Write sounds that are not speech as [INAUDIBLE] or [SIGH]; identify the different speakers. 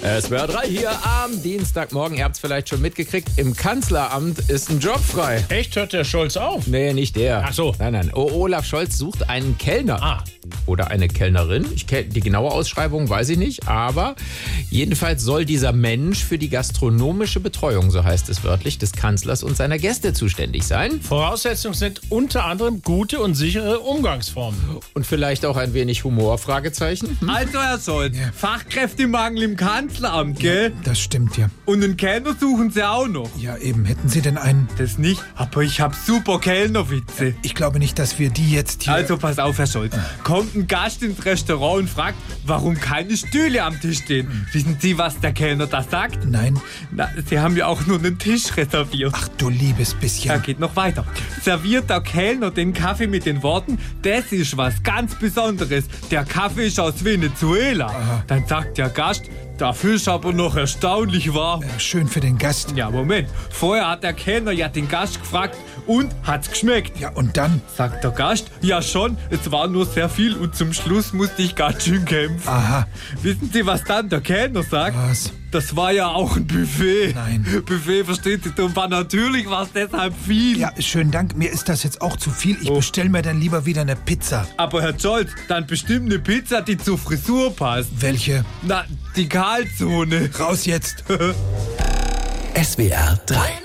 Speaker 1: Es wäre drei hier am Dienstagmorgen. Ihr habt es vielleicht schon mitgekriegt. Im Kanzleramt ist ein Job frei.
Speaker 2: Echt? Hört der Scholz auf?
Speaker 1: Nee, nicht der.
Speaker 2: Ach so.
Speaker 1: Nein, nein. O Olaf Scholz sucht einen Kellner.
Speaker 2: Ah.
Speaker 1: Oder eine Kellnerin. Ich kenn, die genaue Ausschreibung weiß ich nicht. Aber jedenfalls soll dieser Mensch für die gastronomische Betreuung, so heißt es wörtlich, des Kanzlers und seiner Gäste zuständig sein.
Speaker 2: Voraussetzung sind unter anderem gute und sichere Umgangsformen.
Speaker 1: Und vielleicht auch ein wenig Humor, Fragezeichen.
Speaker 3: Also, Herr Scholz, Fachkräftemangel im Kanzleramt, gell?
Speaker 4: Das stimmt ja.
Speaker 3: Und einen Kellner suchen sie auch noch.
Speaker 4: Ja, eben. Hätten Sie denn einen?
Speaker 3: Das nicht, aber ich hab super Kellnerwitze.
Speaker 4: Ich glaube nicht, dass wir die jetzt hier.
Speaker 3: Also, pass auf, Herr Scholz. Kommt ein Gast ins Restaurant und fragt, warum keine Stühle am Tisch stehen. Wissen Sie, was der Kellner da sagt?
Speaker 4: Nein.
Speaker 3: Na, Sie haben ja auch nur einen Tisch reserviert.
Speaker 4: Ach du liebes
Speaker 3: Da
Speaker 4: bisschen.
Speaker 3: geht noch weiter. Serviert der Kellner den Kaffee mit den Worten, das ist was ganz Besonderes. Der Kaffee ist aus Venezuela. Dann sagt der Gast, dafür ist aber noch erstaunlich warm.
Speaker 4: Schön für den Gast.
Speaker 3: Ja, Moment. Vorher hat der Kellner ja den Gast gefragt und hat's geschmeckt.
Speaker 4: Ja, und dann?
Speaker 3: Sagt der Gast, ja schon, es war nur sehr viel und zum Schluss musste ich ganz schön kämpfen.
Speaker 4: Aha.
Speaker 3: Wissen Sie, was dann der Kellner sagt?
Speaker 4: Was?
Speaker 3: Das war ja auch ein Buffet.
Speaker 4: Nein.
Speaker 3: Buffet versteht sich drum, war natürlich was deshalb viel.
Speaker 4: Ja, schönen Dank. Mir ist das jetzt auch zu viel.
Speaker 3: Oh.
Speaker 4: Ich bestell mir dann lieber wieder eine Pizza.
Speaker 3: Aber Herr Scholz, dann bestimmt eine Pizza, die zur Frisur passt.
Speaker 4: Welche?
Speaker 3: [LAUGHS] Na, die Kahlzone.
Speaker 4: Raus jetzt.
Speaker 5: SWR 3.